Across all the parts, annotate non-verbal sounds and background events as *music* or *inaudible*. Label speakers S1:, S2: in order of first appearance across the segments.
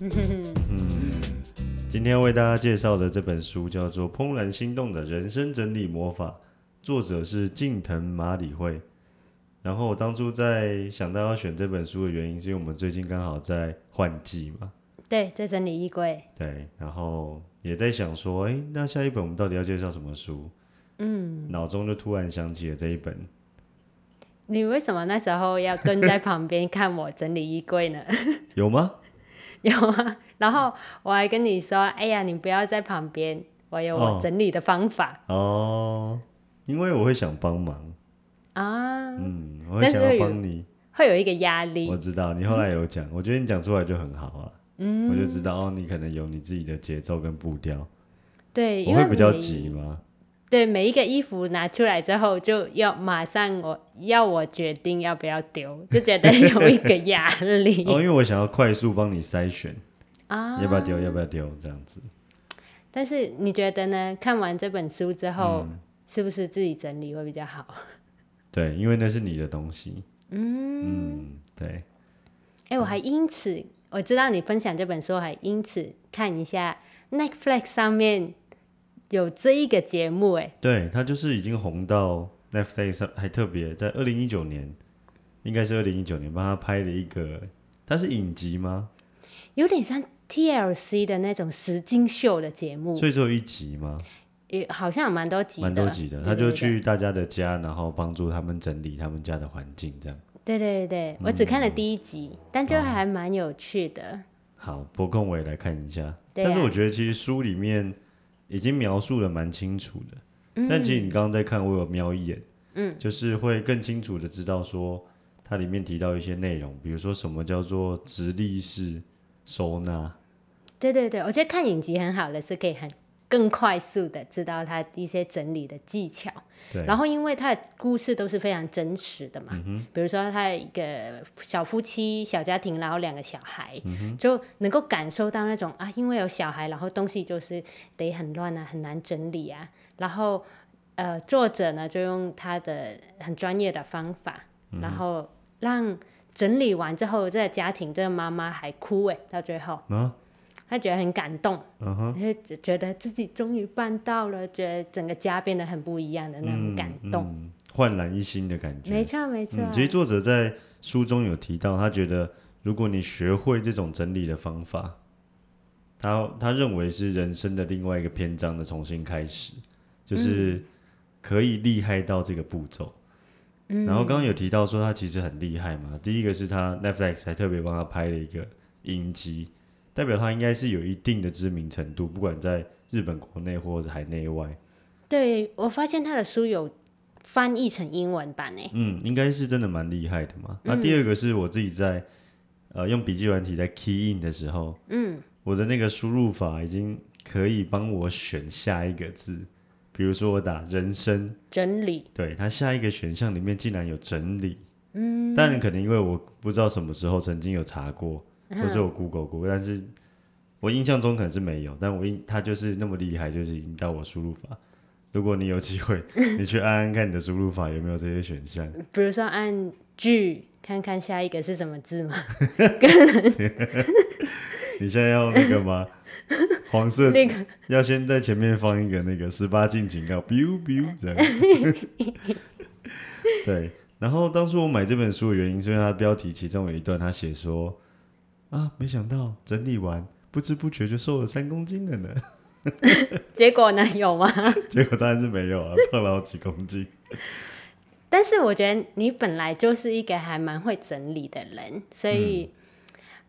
S1: 嗯，今天为大家介绍的这本书叫做《怦然心动的人生整理魔法》，作者是近藤麻里惠。然后我当初在想到要选这本书的原因，是因为我们最近刚好在换季嘛，
S2: 对，在整理衣柜。
S1: 对，然后也在想说，哎，那下一本我们到底要介绍什么书？嗯，脑中就突然想起了这一本，
S2: 你为什么那时候要蹲在旁边看我整理衣柜呢？ *laughs*
S1: 有吗？
S2: 有啊，然后我还跟你说，哎呀，你不要在旁边，我有
S1: 哦
S2: 我整理的方法、
S1: 哦，因为我会想帮忙，
S2: 啊，
S1: 嗯，我会
S2: 但
S1: 想
S2: 是
S1: 要
S2: 有
S1: 帮你。
S2: 会有一个压力
S1: 我。知道你后来有讲，我觉得你讲出来就很好啊。嗯，我就知道哦，你可能有你自己的节奏跟步调。
S2: 对，
S1: 我
S2: 因为
S1: 会比较
S2: 每
S1: 急吗？
S2: 对，每一个衣服拿出来之后，就要马上我要我决定要不要丢，就觉得有一个压
S1: *laughs*
S2: 力、
S1: 哦，因为我想要快速帮你筛选，
S2: 啊。
S1: 要不要丢，要不要丢这样子。
S2: 但是你觉得呢？看完这本书之后，
S1: 嗯
S2: 是不是自己整理会比较好？
S1: 对，因为那是你的东西。嗯对，
S2: 哎、我还因此我知道你分享这本书，还因此看一下 Netflix 上面有这一个节目、哎，
S1: 对，它就是已经红到 Netflix 上，还特别在二零一九年，应该是二零一九年帮他拍了一个，它是影集吗？
S2: 有点像 TLC 的那种实境秀的节目，
S1: 所以只有一集吗？
S2: 也好像有蛮多集的，
S1: 蛮多集的，
S2: 对
S1: 他
S2: 对
S1: 就
S2: 对
S1: 去大家的家，然后帮助他们整理他们家的环境，这样。
S2: 对对对，
S1: 嗯
S2: 我只看了第一集，但就还蛮有趣的。
S1: 好，博控我也来看一下。
S2: 对啊
S1: 但是我觉得其实书里面已经描述的蛮清楚的，
S2: 嗯
S1: 但其实你刚刚在看，我有瞄一眼，嗯，就是会更清楚的知道说它里面提到一些内容，比如说什么叫做直立式收纳，
S2: 对对对，我觉得看影集很好的是可以很更快速的知道它一些整理的技巧，
S1: 对，
S2: 然后因为它的故事都是非常真实的嘛，比如说他一个小夫妻小家庭，然后两个小孩，就能够感受到那种啊，因为有小孩，然后东西就是得很乱啊，很难整理啊，然后呃，作者呢就用他的很专业的方法，然后让整理完之后，这个家庭这个妈妈还哭诶，到最后，
S1: 啊
S2: 她觉得很感动，
S1: 嗯哼，
S2: 就觉觉得自己终于办到了，觉得整个家变得很不一样的那种感动。
S1: 嗯，焕然一新的感觉。
S2: 没错，没错。
S1: 嗯，其实作者在书中有提到，他觉得如果你学会这种整理的方法，他他认为是人生的另外一个篇章的重新开始，
S2: 嗯
S1: 就是可以厉害到这个步骤。嗯、然后刚刚有提到说他其实很厉害嘛，第一个是他 Netflix 还特别帮他拍了一个影集，代表他应该是有一定的知名程度，不管在日本国内或者海内外。
S2: 对我发现他的书有翻译成英文版欸诶，
S1: 嗯，应该是真的蛮厉害的嘛。那、第二个是我自己在呃用笔记软体在 key in 的时候，嗯，我的那个输入法已经可以帮我选下一个字，比如说我打人生，
S2: 整理。
S1: 对它下一个选项里面竟然有整理，嗯，但可能因为我不知道什么时候曾经有查过，或是我 Google 过，但是我印象中可能是没有，但我印它就是那么厉害，就是已经到我输入法。如果你有机 *laughs* 会，你去按按看你的输入法有没有这些选项。
S2: 比如说按句看看下一个是什么字嘛，
S1: 你现在要那个吗？黄色
S2: 那个
S1: 要先在前面放一个那个十八禁警告，biu biu 这样。 *laughs* 对，然后当初我买这本书的原因，是因为它标题其中有一段，他写说啊，没想到整理完不知不觉就瘦了三公斤了呢。
S2: *laughs*
S1: *laughs*
S2: 结果呢有吗？
S1: 结果当然是没有啊，胖了好几公斤。
S2: 但是我觉得你本来就是一个还蛮会整理的人，所以，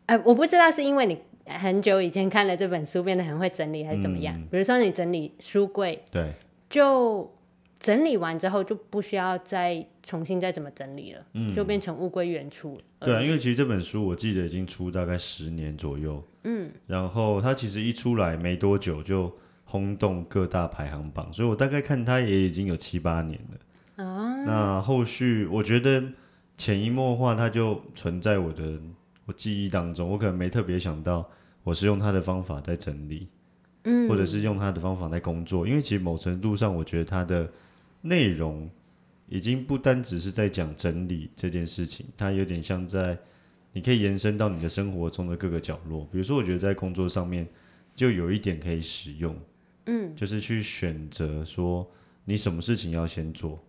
S1: 嗯
S2: 呃，我不知道是因为你很久以前看了这本书变得很会整理，还是怎么
S1: 嗯
S2: 样？比如说你整理书柜，
S1: 对，
S2: 就整理完之后就不需要再重新再怎么整理了，
S1: 嗯
S2: 就变成物归原处。
S1: 对啊，因为其实这本书我记得已经出大概十年左右，嗯，然后它其实一出来没多久就轰动各大排行榜，所以我大概看它也已经有七八年了。啊，那后续我觉得潜移默化，它就存在我的我记忆当中，我可能没特别想到我是用它的方法在整理，嗯，或者是用它的方法在工作，因为其实某程度上，我觉得它的内容已经不单只是在讲整理这件事情，它有点像在你可以延伸到你的生活中的各个角落。比如说，我觉得在工作上面就有一点可以使用，嗯，就是去选择说你什么事情要先做。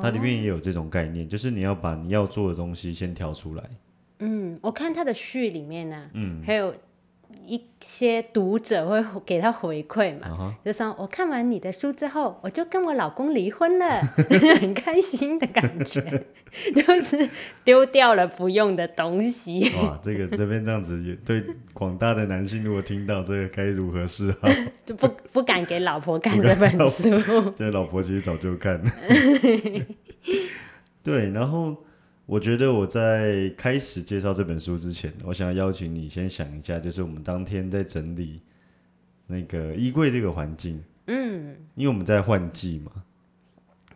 S1: 它里面也有这种概念，就是你要把你要做的东西先挑出来。
S2: 嗯，我看他的序里面呢、嗯，还有一些读者会给他回馈
S1: 啊
S2: 嘛，就说我看完你的书之后，我就跟我老公离婚了， *laughs* 很开心的感觉， *laughs* 就是丢掉了不用的东西。
S1: 哇，这个这边这样子也对广大的男性，如果听到这个该如何是好？*laughs*
S2: 就不不敢给老婆看这本书。
S1: 这老婆其实早就看了。对，然后我觉得我在开始介绍这本书之前，我想要邀请你先想一下，就是我们当天在整理那个衣柜这个环境，
S2: 嗯，
S1: 因为我们在换季嘛。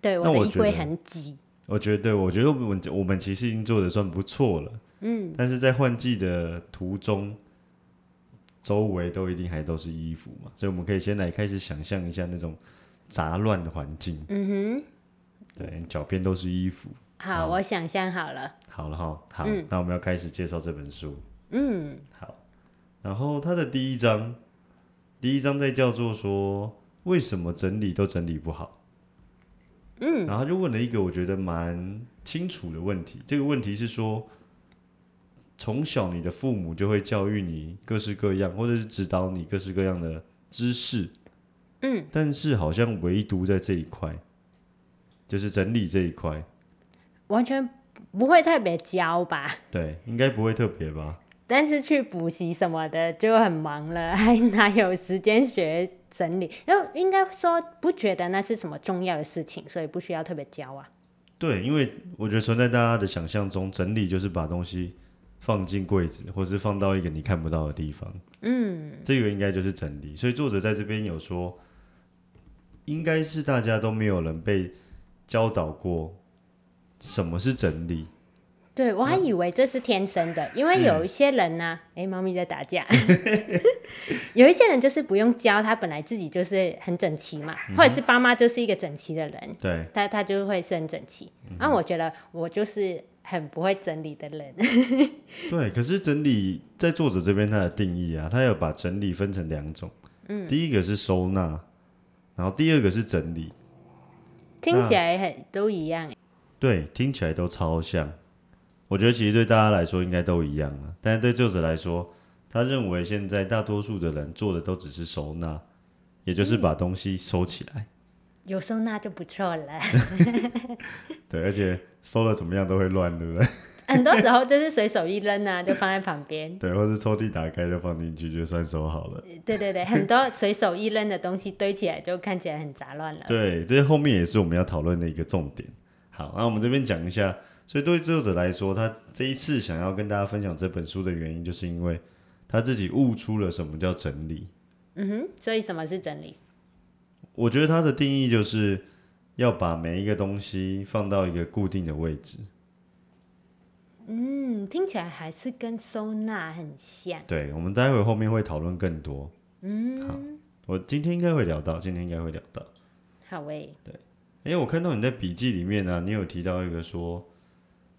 S2: 对，
S1: 那
S2: 我
S1: 我
S2: 的衣
S1: 觉得
S2: 柜很挤。
S1: 我觉得，我觉得我们我们其实已经做的算不错了，
S2: 嗯，
S1: 但是在换季的途中，周围都一定还都是衣服嘛，所以我们可以先来开始想象一下那种杂乱的环境，
S2: 嗯
S1: 对，脚边都是衣服。
S2: 哼，好，我想象好了。
S1: 好了哈，好，那我们要开始介绍这本书。
S2: 嗯，
S1: 好，然后它的第一章，第一章在叫做说为什么整理都整理不好。嗯，然后他就问了一个我觉得蛮清楚的问题，这个问题是说，从小你的父母就会教育你各式各样，或者是指导你各式各样的知识。
S2: 嗯，
S1: 但是好像唯独在这一块，就是整理这一块，
S2: 完全不会特别教吧？ *laughs*
S1: 对，应该不会特别吧？
S2: 但是去补习什么的就很忙了， *laughs* 还哪有时间学整理？然后应该说不觉得那是什么重要的事情，所以不需要特别教啊。
S1: 对，因为我觉得存在大家的想象中，整理就是把东西放进柜子，或是放到一个你看不到的地方。嗯，这个应该就是整理。所以作者在这边有说，应该是大家都没有人被教导过什么是整理。
S2: 对我还以为这是天生的，因为有一些人呢、诶，猫咪在打架， *laughs* 有一些人就是不用教，他本来自己就是很整齐嘛，或者是爸妈就是一个整齐的人，
S1: 对，
S2: 他他就会是很整齐。然后我觉得我就是很不会整理的人，
S1: 对，可是整理在作者这边他的定义啊，他有把整理分成两种，嗯，第一个是收纳，然后第二个是整理。
S2: 听起来很都一样、
S1: 对，听起来都超像。我觉得其实对大家来说应该都一样了，但是对作者来说，他认为现在大多数的人做的都只是收纳，也就是把东西收起来。
S2: 有收纳就不错了。 *laughs*
S1: 对，而且收了怎么样都会乱，对不 *laughs* 对？
S2: 很多时候就是随手一扔 *laughs* 啊，就放在旁边。
S1: 对，或是抽屉打开就放进去，就算收好了。
S2: 对对对，很多随手一扔的东西堆起来就看起来很杂乱了。
S1: 对，这后面也是我们要讨论的一个重点。好，那我们这边讲一下，所以对作者来说，他这一次想要跟大家分享这本书的原因，就是因为他自己悟出了什么叫整理。
S2: 嗯哼，所以什么是整理？
S1: 我觉得它的定义就是要把每一个东西放到一个固定的位置。
S2: 嗯，听起来还是跟收纳很像。
S1: 对，我们待会后面会讨论更多。嗯，好，我今天应该会聊到，今天应该会聊到。
S2: 好诶、
S1: 诶，我看到你在笔记里面呢、啊你有提到一个说，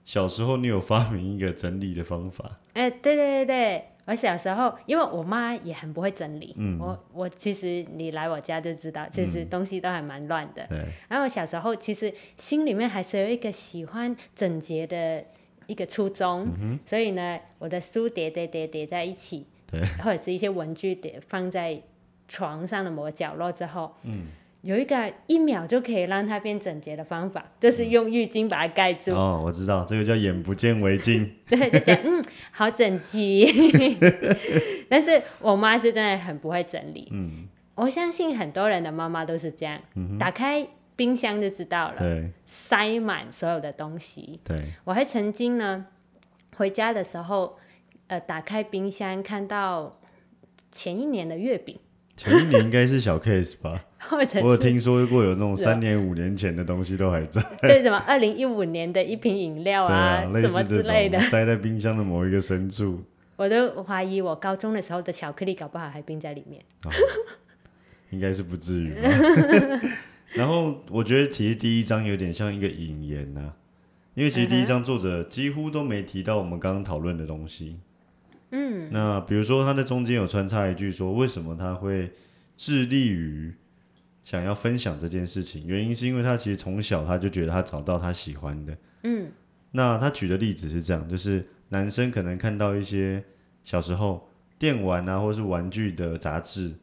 S1: 小时候你有发明一个整理的方法。
S2: 哎、对对对对，我小时候因为我妈也很不会整理，嗯我我其实你来我家就知道，其实东西都还蛮乱的。
S1: 对，
S2: 然后我小时候其实心里面还是有一个喜欢整洁的一个初衷，
S1: 嗯
S2: 所以呢，我的书叠叠叠叠在一起，
S1: 对
S2: 或者是一些文具叠放在床上的某个角落之后，
S1: 嗯
S2: 有一个一秒就可以让它变整洁的方法，就是用浴巾把它盖住，
S1: 嗯哦，我知道，这个叫眼不见为
S2: *laughs*
S1: 净。
S2: 对，就觉得嗯，好整齐。 *laughs* 但是我妈是真的很不会整理，
S1: 嗯，
S2: 我相信很多人的妈妈都是这样，打开冰箱就知道了。
S1: 对
S2: 塞满所有的东西。
S1: 对，
S2: 我还曾经呢，回家的时候，呃，打开冰箱看到前一年的月饼， *laughs*
S1: 前一年应该是小 case 吧，
S2: 或者
S1: 我有
S2: 是啊
S1: 听说过有那种三年五年前的东西都还在。
S2: 对什么二零一五年的一瓶饮料
S1: 对
S2: 啊
S1: 啊，类
S2: 什么
S1: 似
S2: 之
S1: 这
S2: 类的
S1: 种，塞在冰箱的某一个深处。
S2: 我都怀疑我高中的时候的巧克力搞不好还冰在里面。
S1: 应该是不至于吧。 *laughs* 然后我觉得其实第一章有点像一个引言呐、啊因为其实第一章作者几乎都没提到我们刚刚讨论的东西。嗯，那比如说他在中间有穿插一句说，为什么他会致力于想要分享这件事情？原因是因为他其实从小他就觉得他找到他喜欢的。
S2: 嗯，
S1: 那他举的例子是这样，就是男生可能看到一些小时候电玩啊，或是玩具的杂志，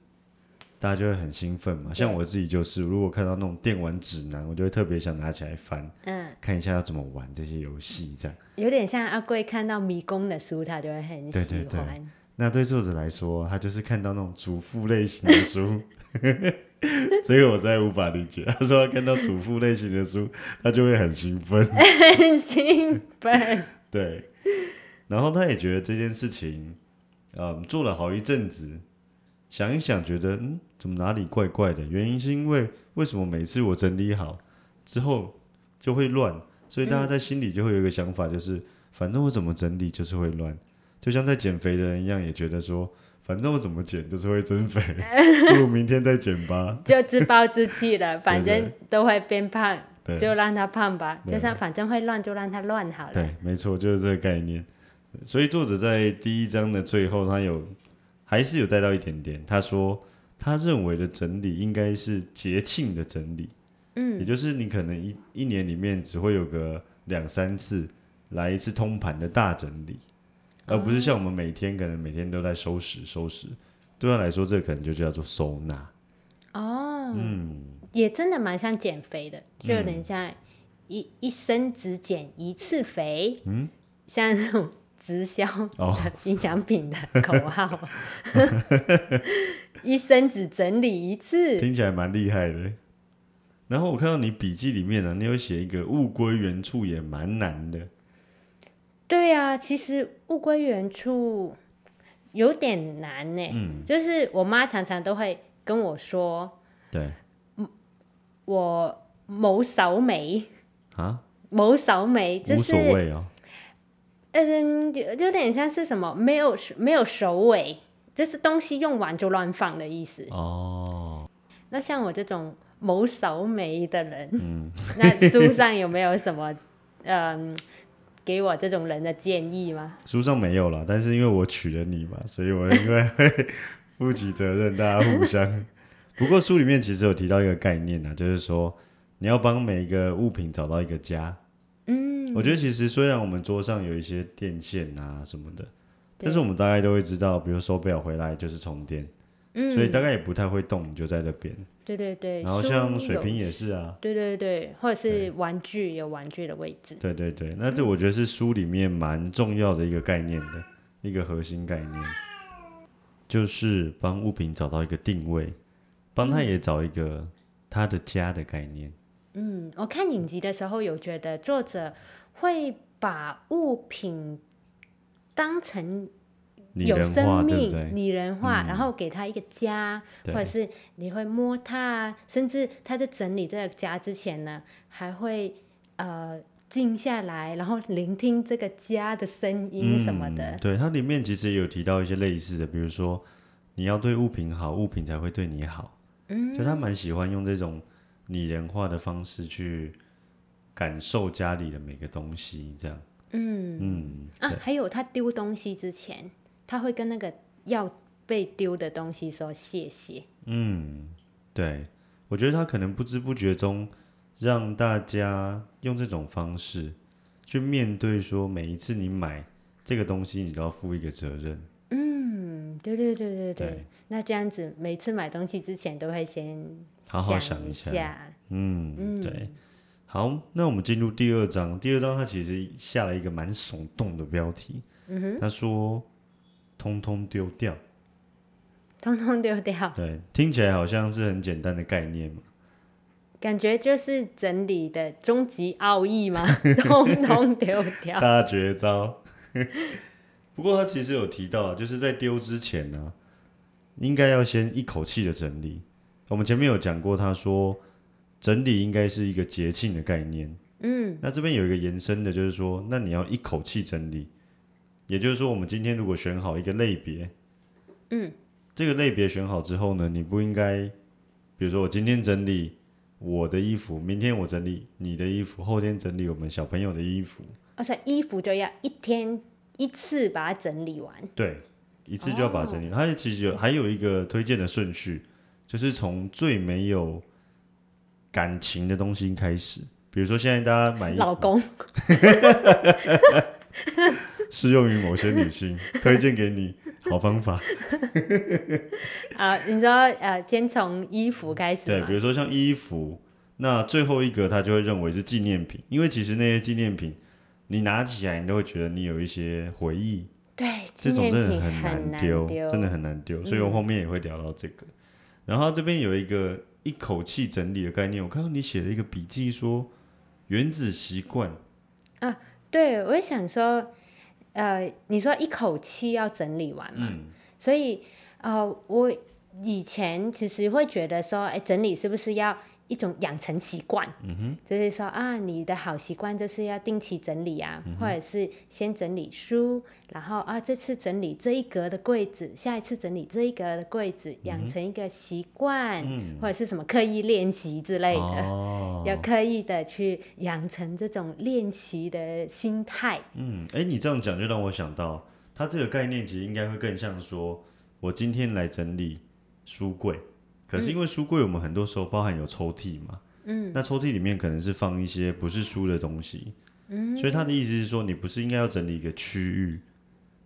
S1: 大家就会很兴奋嘛。像我自己就是，如果看到那种电玩指南，我就会特别想拿起来翻，
S2: 嗯，
S1: 看一下要怎么玩这些游戏这样。
S2: 有点像阿贵看到迷宫的书，他就会很喜
S1: 对
S2: 欢。
S1: 对对那对作者来说，他就是看到那种主妇类型的书， *laughs* 这个我实在无法理解。他说他看到主妇类型的书，他就会很兴奋。
S2: 很兴奋。 *laughs*
S1: 对，然后他也觉得这件事情，嗯，做了好一阵子，想一想，觉得嗯，怎么哪里怪怪的？原因是因为为什么每次我整理好之后就会乱，所以大家在心里就会有一个想法，就是、反正我怎么整理就是会乱，就像在减肥的人一样，也觉得说。反正我怎么减就是会增肥，不如明天再减吧。
S2: 就自暴自弃了，反
S1: *laughs* 对
S2: 正都会变胖，
S1: 对，
S2: 就让它胖吧。
S1: 对
S2: 就算反正会乱，就让它乱好了。
S1: 对，没错，就是这个概念。所以作者在第一章的最后，他有还是有带到一点点，他说他认为的整理应该是节庆的整理，嗯，也就是你可能一一年里面只会有个两三次来一次通盘的大整理，而不是像我们每天可能每天都在收拾收拾。对他来说，这可能就叫做收纳。
S2: 哦，也真的蛮像减肥的，
S1: 嗯
S2: 就有点像一、一生只减一次肥，嗯，像那种直销
S1: 哦
S2: 营养品的口
S1: *laughs*
S2: 号，一生只整理一
S1: *laughs*
S2: 次。
S1: 听起来蛮厉害的。然后我看到你笔记里面呢、你有写一个物归原处也蛮难的。
S2: 对啊，其实物归原处有点难呢、
S1: 嗯
S2: 就是我妈常常都会跟我说，
S1: 对
S2: 我某扫眉，
S1: 啊，
S2: 某扫眉，就
S1: 无
S2: 是
S1: 所谓哦。
S2: 嗯，有有点像是什么没有没有首尾，就是东西用完就乱放的意思。
S1: 哦，
S2: 那像我这种谋扫眉的人，
S1: 嗯
S2: *laughs* 那书上有没有什么嗯给我这种人的建议吗？
S1: 书上没有啦，但是因为我娶了你嘛，所以我因为会负起责任，大家互相。不过书里面其实有提到一个概念啊，就是说你要帮每一个物品找到一个家。嗯，我觉得其实虽然我们桌上有一些电线啊什么的，但是我们大概都会知道，比如手表回来就是充电，所以
S2: 嗯，
S1: 大概也不太会动，你就在那边。
S2: 对对对。
S1: 然后像
S2: 书
S1: 水
S2: 有
S1: 瓶，也是啊，
S2: 对对对，或者是玩具有玩具的位置。
S1: 对对对，那这我觉得是书里面蛮重要的一个概念的一个核心概念，就是帮物品找到一个定位，帮他也找一个他的家的概念。
S2: 嗯，我看影集的时候有觉得作者会把物品当成
S1: 拟
S2: 有
S1: 人化，
S2: 生
S1: 对不
S2: 命、
S1: 对？嗯
S2: 拟人化，然后给他一个家，或
S1: 对
S2: 者是你会摸它啊，甚至他在整理这个家之前呢，还会呃静下来，然后聆听这个家的声音什么的
S1: 嗯。。对，它里面其实也有提到一些类似的，比如说你要对物品好，物品才会对你好。嗯，所以他蛮喜欢用这种拟人化的方式去感受家里的每个东西，这样。
S2: 嗯
S1: 嗯，
S2: 啊，还有他丢东西之前，他会跟那个要被丢的东西说谢谢。
S1: 嗯，对，我觉得他可能不知不觉中让大家用这种方式去面对，说每一次你买这个东西，你都要负一个责任。
S2: 嗯，对对对对对。
S1: 对
S2: 那这样子，每次买东西之前都会先
S1: 好好
S2: 想
S1: 想一
S2: 下。
S1: 嗯，对。好，那我们进入第二章。第二章它其实下了一个蛮耸动的标题，嗯、他说“通通丢掉
S2: 通通丢掉”，。
S1: 对，听起来好像是很简单的概念嘛。
S2: 感觉就是整理的终极奥义嘛， *laughs* 通通丢掉。
S1: 大绝招。 *laughs* 不过他其实有提到，就是在丢之前呢、应该要先一口气的整理。我们前面有讲过，他说整理应该是一个节庆的概念。嗯，那这边有一个延伸的，就是说，那你要一口气整理，也就是说，我们今天如果选好一个类别，嗯，这个类别选好之后呢，你不应该，比如说我今天整理我的衣服，明天我整理你的衣服，后天整理我们小朋友的衣服，
S2: 而且哦衣服就要一天一次把它整理完。
S1: 对，一次就要把它整
S2: 哦
S1: 理。它其实有还有一个推荐的顺序，就是从最没有感情的东西开始，比如说现在大家买衣服
S2: 老公， *laughs*
S1: 适用于某些女性，推荐给你好方
S2: *laughs*
S1: 法。
S2: 啊、你知道呃，先从衣服开始
S1: 对，
S2: 嘛
S1: 比，如说像衣服，那最后一个他就会认为是纪念品，因为其实那些纪念品，你拿起来你都会觉得你有一些回忆，
S2: 对，纪
S1: 这种
S2: 念
S1: 真的
S2: 品
S1: 很
S2: 难
S1: 丢，
S2: 丢，嗯
S1: 真的很难丢。所以我后面也会聊到这个。然后这边有一个一口气整理的概念，我看到你写了一个笔记说原子习惯，
S2: 对，我也想说，呃，你说一口气要整理完嘛，所以呃，我以前其实会觉得说，哎，整理是不是要一种养成习惯？嗯哼，就是说啊，你的好习惯就是要定期整理啊，或者是先整理书，然后啊，这次整理这一格的柜子，下一次整理这一格的柜子，养成一个习惯，或者是什么刻意练习之类的。
S1: 哦，
S2: 要刻意的去养成这种练习的心态。
S1: 嗯，哎，你这样讲就让我想到，它这个概念其实应该会更像说，我今天来整理书柜，可是因为书柜我们很多时候包含有抽屉嘛，嗯，那抽屉里面可能是放一些不是书的东西，嗯，所以他的意思是说，你不是应该要整理一个区域，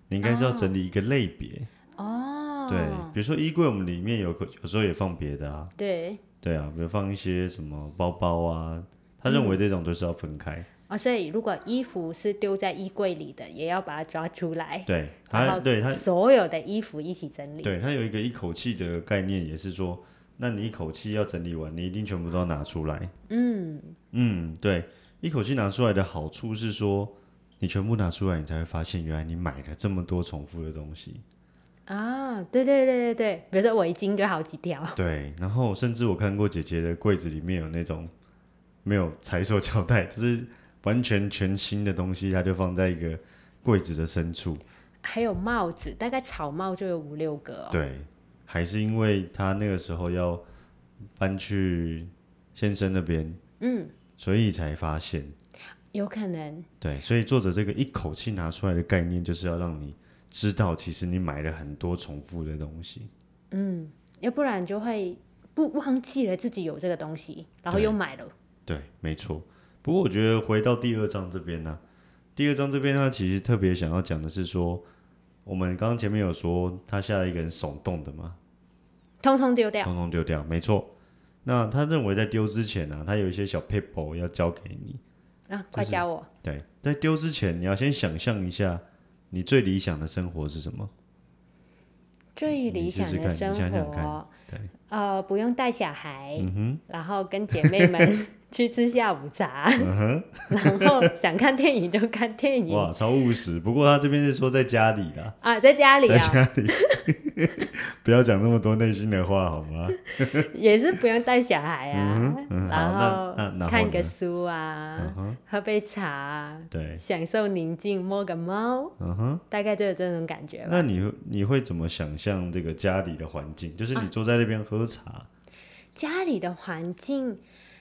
S1: 你应该是要整理一个类别，
S2: 哦
S1: 对，比如说衣柜我们里面有有时候也放别的啊，
S2: 对
S1: 对啊，比如放一些什么包包啊，他认为这种都是要分开，
S2: 啊、所以如果衣服是丢在衣柜里的，也要把它抓出来，
S1: 对
S2: 然
S1: 他
S2: 后
S1: 对他
S2: 所有的衣服一起整理。
S1: 对，它有一个一口气的概念，也是说，那你一口气要整理完，你一定全部都要拿出来。
S2: 嗯，
S1: 嗯，对，一口气拿出来的好处是说，你全部拿出来，你才会发现原来你买了这么多重复的东西。
S2: 啊、对对对对对，比如说围巾就好几条， *laughs*
S1: 对，然后甚至我看过姐姐的柜子里面有那种没有拆塑胶袋，就是完全全新的东西，它就放在一个柜子的深处。
S2: 还有帽子，大概草帽就有五六个、哦。
S1: 对，还是因为他那个时候要搬去先生那边，嗯，所以才发现。
S2: 有可能
S1: 对，所以作者这个一口气拿出来的概念，就是要让你知道，其实你买了很多重复的东西。
S2: 要不然就会不忘记了自己有这个东西，然后又买了。
S1: 对，没错。不过我觉得回到第二章这边呢、啊第二章这边他其实特别想要讲的是说，我们刚刚前面有说他下了一个很耸动的嘛，
S2: 通通丢掉，
S1: 通通丢掉，没错。那他认为在丢之前呢、啊他有一些小 paper 要交给你。
S2: 啊！快教我，
S1: 对，在丢之前，你要先想象一下，你最理想的生活是什么？
S2: 最理想
S1: 你
S2: 的
S1: 试试看
S2: 生
S1: 你想想
S2: 活
S1: 看，对嗯
S2: 呃，不用带小孩，然后跟姐妹们去吃下午茶，然后想看电影就看电影
S1: 嗯哇，超务实。不过他这边是说在家里
S2: *laughs*
S1: 啦，
S2: 啊，在家里
S1: 在
S2: 啊，
S1: 家里，不要讲那么多内心的话好吗？
S2: 也是不用带小孩啊，
S1: 嗯
S2: 然
S1: 好那那然后
S2: 后看个
S1: 呢嗯
S2: 书啊，喝杯茶啊，
S1: 对，
S2: 享受宁静，摸个猫，
S1: 嗯哼。
S2: 大概就有这种感觉吧。
S1: 那你会你会怎么想象这个家里的环
S2: 啊
S1: 境？就是你坐在那边喝茶，
S2: 家里的环境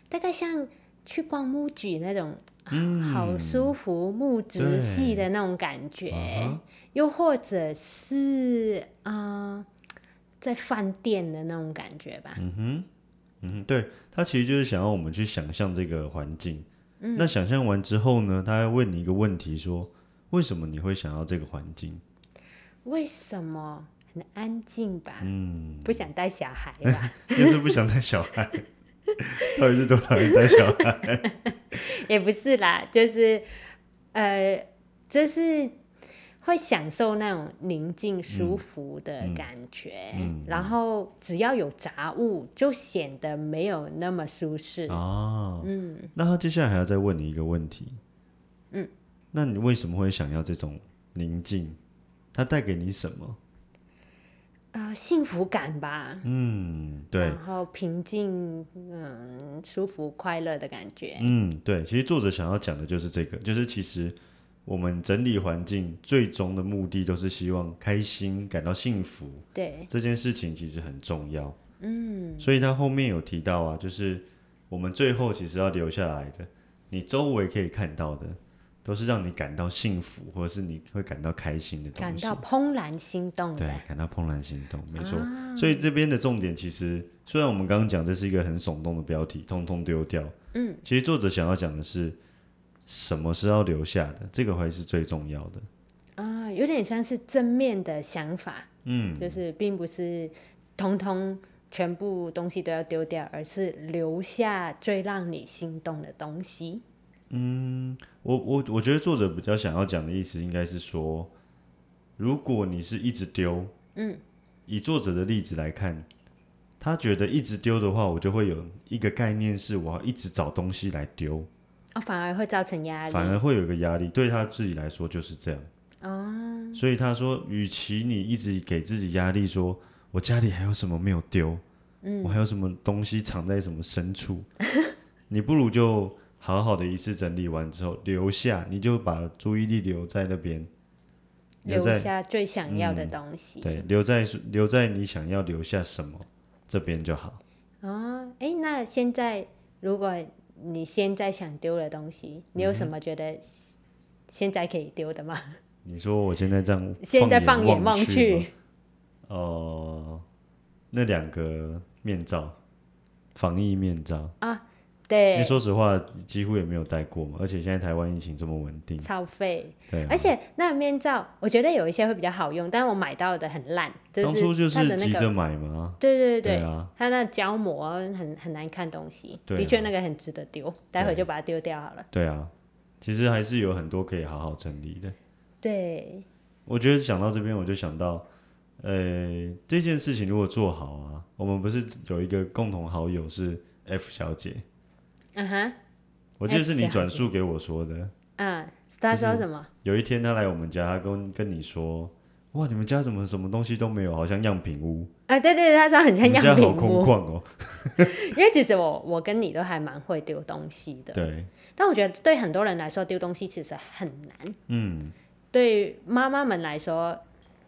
S2: 大概像去逛木屐那种，啊好舒服木质系的那种感
S1: 嗯
S2: 觉
S1: 哼，
S2: 又或者是啊、呃在饭店的那种感觉吧。
S1: 嗯哼，对，他其实就是想要我们去想象这个环境。
S2: 嗯
S1: 那想象完之后呢，他会问你一个问题说为什么你会想要这个环境？ *laughs*
S2: 为什么很安静吧？嗯，不想带小孩吧，
S1: 就是不想带小孩， *laughs* 到底是多讨厌带小孩？
S2: 也不是啦，就是呃，就是。会享受那种宁
S1: 嗯
S2: 静舒服的感觉，然后只要有杂物，就显得没有那么舒适。
S1: 哦，嗯，那他接下来还要再问你一个问题，嗯，那你为什么会想要这种宁静？它带给你什么？
S2: 啊、幸福感吧，
S1: 嗯，对，
S2: 然后平静，嗯，舒服快乐的感觉，
S1: 嗯，对，其实作者想要讲的就是这个，就是其实我们整理环境最终的目的都是希望开心，感到幸福，
S2: 对，
S1: 这件事情其实很重要。嗯，所以他后面有提到啊，就是我们最后其实要留下来的，你周围可以看到的，都是让你感到幸福，或者是你会感到开心的
S2: 感
S1: 东西。
S2: 到怦然心动
S1: 对
S2: 的，，
S1: 感到怦然心动，没错。
S2: 啊
S1: 所以这边的重点其实，虽然我们刚刚讲这是一个很耸动的标题，通通丢掉，嗯，其实作者想要讲的是，什么是要留下的，这个还是最重要的。
S2: 啊，有点像是正面的想法，嗯，就是并不是通通全部东西都要丢掉，而是留下最让你心动的东西。
S1: 我我我觉得作者比较想要讲的意思，应该是说，如果你是一直丢，嗯，以作者的例子来看，他觉得一直丢的话，我就会有一个概念是我要一直找东西来丢，
S2: 哦，反而会造成压力。
S1: 反而会有一个压力，对他自己来说就是这样。哦，所以他说，与其你一直给自己压力说，我家里还有什么没有丢，嗯，我还有什么东西藏在什么深处， *laughs* 你不如就好好的一次整理完之后留下，你就把注意力留在那边，留
S2: 留
S1: 在嗯
S2: 下最想要的东西。
S1: 对，留在留在你想要留下什么这边就好。
S2: 哦，哎，那现在如果你现在想丢的东西，你有什么觉得现在可以丢的吗？
S1: 你说我现在这样，
S2: 现在放眼
S1: 眼
S2: 望
S1: 去吗，
S2: 去，
S1: 哦、那两个面罩，防疫面罩。因为
S2: 对，
S1: 说实话，几乎也没有戴过嘛，而且现在台湾疫情这么稳定，
S2: 超费。
S1: 对啊、
S2: 而且那面罩，我觉得有一些会比较好用，但我买到的很烂，
S1: 当初就
S2: 它
S1: 是
S2: 的那
S1: 急
S2: 个，
S1: 着买嘛，
S2: 对对对，
S1: 啊，
S2: 它那胶膜很很难看东西，
S1: 对啊
S2: 的确那个很值得丢，待会
S1: 对啊
S2: 就把它丢掉好了。
S1: 对啊，其实还是有很多可以好好整理的。
S2: 对，
S1: 我觉得想到这边，我就想到，呃，这件事情如果做好啊，我们不是有一个共同好友是 F 小姐，
S2: 嗯哼，
S1: 我记得是
S2: F 小
S1: 你
S2: 姐
S1: 转述给我说的，
S2: 嗯，他说什么？
S1: 有一天他来我们家，他跟跟你说，哇，你们家怎么什么东西都没有，好像样品屋，
S2: 啊，对对，他说很像
S1: 你们
S2: 样
S1: 家好
S2: 品
S1: 空
S2: 屋， *laughs*
S1: 旷哦，
S2: 因为其实我我跟你都还蛮会丢东西的，
S1: 对，
S2: 但我觉得对很多人来说丢东西其实很难，
S1: 嗯，
S2: 对于妈妈们来说，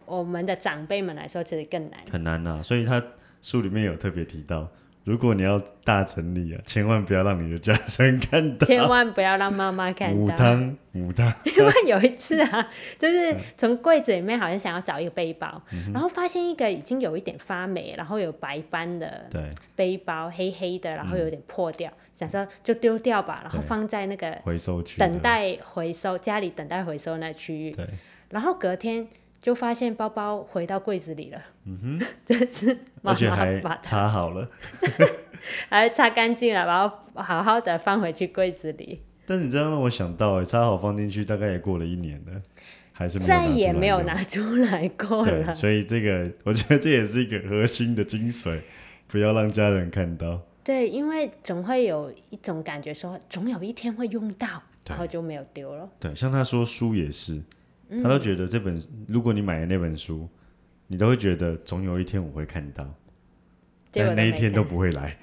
S2: 我们的长辈们来说其实更难。
S1: 很难呐、所以他书里面有特别提到，如果你要大整理啊，千万不要让你的家人看到。
S2: *laughs* 千万不要让妈妈看
S1: 母
S2: 到，
S1: 汤，嗯母汤，
S2: *laughs* 因为有一次
S1: *laughs*
S2: 啊，就是从柜子里面好像想要找一个背包，
S1: 嗯
S2: 然后发现一个已经有一点发霉，然后有白斑的
S1: 对，
S2: 背包，黑黑的，然后有点破掉，想说就丢掉吧，然后
S1: 对
S2: 放在那个
S1: 回收区的
S2: 等，待回收家里等待回收那区域，
S1: 对，
S2: 然后隔天就发现包包回到柜子里了， *laughs* 嗯哼，就是妈
S1: 而且还
S2: 妈把
S1: 擦好了。
S2: 还擦干净了，然后好好的放回去柜子里。
S1: 但是你这样让我想到、欸，擦好放进去，大概也过了一年了，还是没有拿
S2: 再
S1: 出来
S2: 也没有
S1: 用
S2: 拿出来过
S1: 对，
S2: 了。
S1: 所以这个 *laughs* 我觉得这也是一个核心的精髓，不要让家人看到。
S2: 对，因为总会有一种感觉说，总有一天会用到，
S1: 对
S2: 然后就没有丢了。
S1: 对，像他说书也是，
S2: 嗯
S1: 他都觉得这本，如果你买了那本书，你都会觉得总有一天我会看到，
S2: 结
S1: 但
S2: 果都
S1: 那一
S2: 没
S1: 天
S2: 看
S1: 都不会
S2: *laughs*
S1: 来。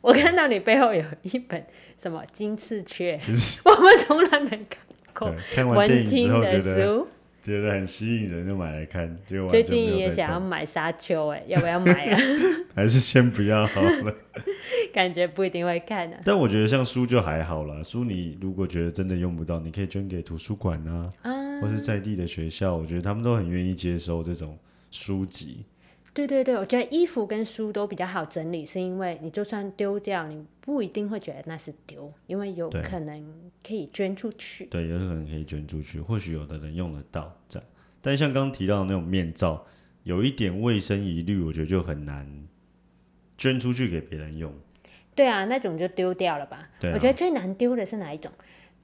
S2: 我看到你背后有一本什么 *laughs* 金翅雀，
S1: 其实，
S2: 我们从来没看过
S1: 对，看完电
S2: 文
S1: 影之
S2: 青
S1: 后觉
S2: 的
S1: 得
S2: 书。
S1: 觉得很吸引人，就买来看，结果完
S2: 最
S1: 全没
S2: 近
S1: 有
S2: 也
S1: 再
S2: 想要
S1: 动
S2: 买沙丘，哎，要不要买啊？ *laughs*
S1: 还是先不要好了。
S2: 感觉不一定会看啊的
S1: 但我觉得像书就还好啦，书你如果觉得真的用不到，你可以捐给图书馆啊，
S2: 啊。
S1: 或是在地的学校，我觉得他们都很愿意接收这种书籍。
S2: 对对对，我觉得衣服跟书都比较好整理，是因为你就算丢掉，你不一定会觉得那是丢，因为有
S1: 对
S2: 可能可以捐出去。
S1: 对，有可能可以捐出去，或许有的人用得到这样。但像刚刚提到的那种面罩，有一点卫生疑虑，我觉得就很难捐出去给别人用。
S2: 对啊，那种就丢掉了吧。
S1: 对啊
S2: 我觉得最难丢的是哪一种？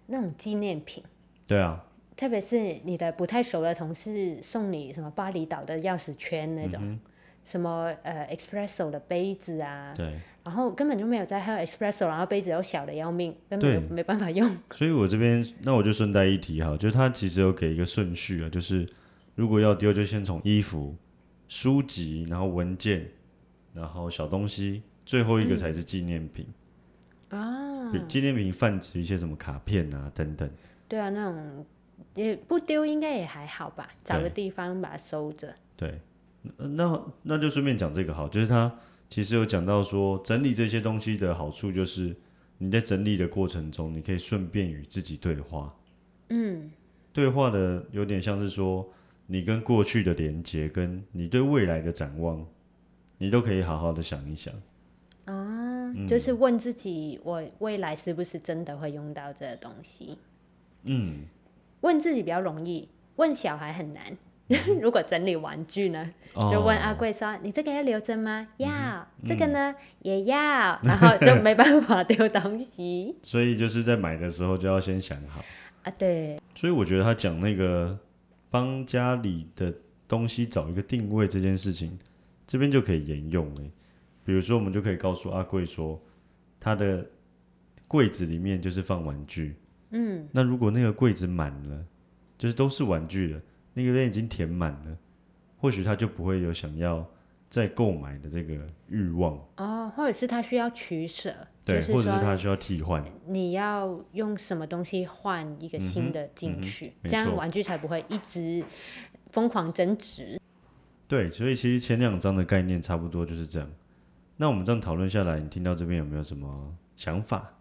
S2: 那种纪念品，
S1: 对啊，
S2: 特别是你的不太熟的同事送你什么巴厘岛的钥匙圈那种，
S1: 嗯
S2: 什么呃 espresso 的杯子啊，
S1: 对，
S2: 然后根本就没有在喝 espresso，然后杯子又小的要命，根
S1: 对
S2: 本就没办法用。
S1: 所以我这边那我就顺带一提哈，就是它其实有给一个顺序啊，就是如果要丢，就先从衣服、书籍，然后文件，然后小东西，最后一个才是纪念品。啊，纪念品泛指一些什么卡片啊等等，
S2: 对啊，那种也不丢应该也还好吧，找个
S1: 对
S2: 地方把它收着。
S1: 对，那那那就顺便讲这个好，就是他其实有讲到说，整理这些东西的好处就是，你在整理的过程中，你可以顺便与自己对话。嗯，对话的有点像是说，你跟过去的连接，跟你对未来的展望，你都可以好好的想一想。嗯
S2: 就是问自己，我未来是不是真的会用到这个东西？
S1: 嗯，
S2: 问自己比较容易，问小孩很难。
S1: 嗯
S2: *laughs* 如果整理玩具呢，
S1: 哦
S2: 就问啊阿贵说：“你这个要留着吗？”
S1: 嗯
S2: 要，这个呢也要，然后就没
S1: *laughs*
S2: 办法丢东西
S1: 所以就是在买的时候就要先想好。
S2: 啊。对，
S1: 所以我觉得他讲那个帮家里的东西找一个定位这件事情，这边就可以沿用诶、比如说，我们就可以告诉阿贵说，他的柜子里面就是放玩具。嗯，那如果那个柜子满了，就是都是玩具了，那个边已经填满了，或许他就不会有想要再购买的这个欲望，
S2: 哦，或者是他需要取舍，
S1: 对，
S2: 就是
S1: 或者是
S2: 说
S1: 他需要替换。
S2: 你要用什么东西换一个
S1: 嗯
S2: 新的进去，
S1: 没
S2: 这样
S1: 错
S2: 玩具才不会一直疯狂增值。
S1: 对，所以其实前两章的概念差不多就是这样。那我们这样讨论下来，你听到这边有没有什么想法？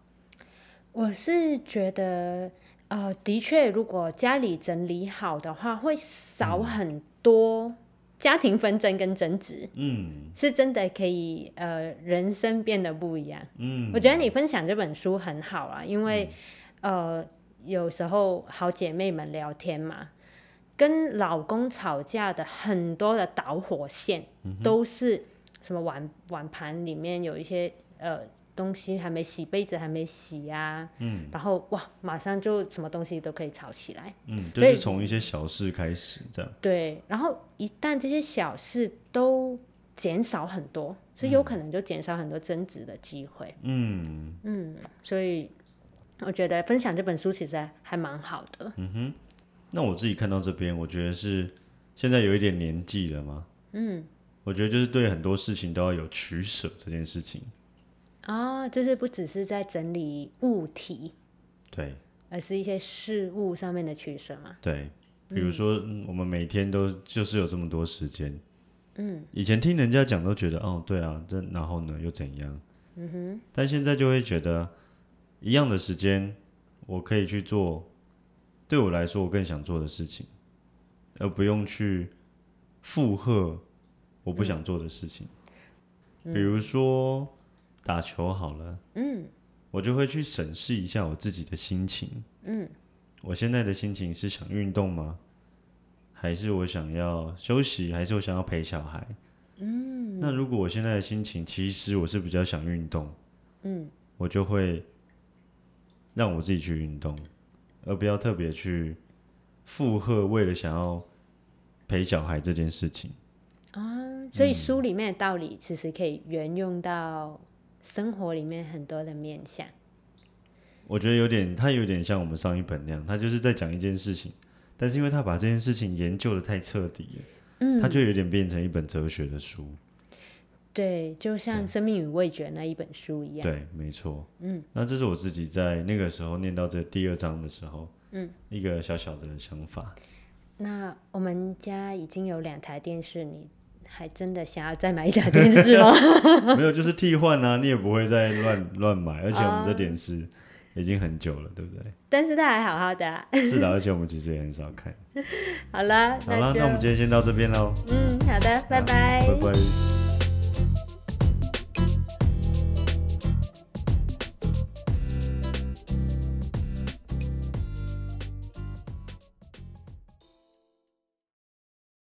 S2: 我是觉得，呃，的确，如果家里整理好的话，会少
S1: 嗯
S2: 很多家庭纷争跟争执，
S1: 嗯
S2: 是真的可以，呃，人生变得不一样。
S1: 嗯
S2: 我觉得你分享这本书很好啊，因为、
S1: 嗯
S2: 呃，有时候好姐妹们聊天嘛，跟老公吵架的很多的导火线、
S1: 嗯
S2: 都是什么碗碗盘里面有一些呃东西还没洗，杯子还没洗啊，嗯，然后哇，马上就什么东西都可以吵起来。
S1: 嗯，就
S2: 所以
S1: 是从一些小事开始这样。
S2: 对，然后一旦这些小事都减少很多，所以有可能就减少很多争执的机会。嗯嗯，所以我觉得分享这本书其实还还蛮好的。
S1: 那我自己看到这边，我觉得是现在有一点年纪了嘛，嗯，我觉得就是对很多事情都要有取舍这件事情。
S2: 哦，就是不只是在整理物体，
S1: 对
S2: 而是一些事物上面的取舍嘛。
S1: 对，比如说、嗯我们每天都就是有这么多时间，嗯，以前听人家讲都觉得哦，对啊，这然后呢又怎样，嗯哼，但现在就会觉得一样的时间，我可以去做对我来说我更想做的事情，而不用去附和我不想做的事情。比如说打球好了，嗯，我就会去审视一下我自己的心情，嗯，我现在的心情是想运动吗？还是我想要休息？还是我想要陪小孩？嗯，那如果我现在的心情其实我是比较想运动，嗯，我就会让我自己去运动，而不要特别去附和为了想要陪小孩这件事情。
S2: 嗯，所以书里面的道理其实可以沿用到生活里面很多的面向。
S1: 我觉得有点，他有点像我们上一本那样，他就是在讲一件事情，但是因为他把这件事情研究的太彻底了，嗯，他就有点变成一本哲学的书。
S2: 对，就像《生命与味觉》那一本书一样。
S1: 对，没错。嗯，那这是我自己在那个时候念到这第二章的时候，嗯，一个小小的想法。 *laughs*
S2: 那我们家已经有两台电视，你还真的想要再买一台电视吗？ *laughs*
S1: 没有，就是替换啊，你也不会再乱乱买，而且我们这电视已经很久了，对不对？
S2: 但是它还好好的啊、
S1: 是
S2: *laughs*
S1: 的，而且我们其实也很少看。
S2: 好了，
S1: 好啦，
S2: 就
S1: 那我们今天先到这边喽，
S2: 嗯，好的，拜拜
S1: 拜拜。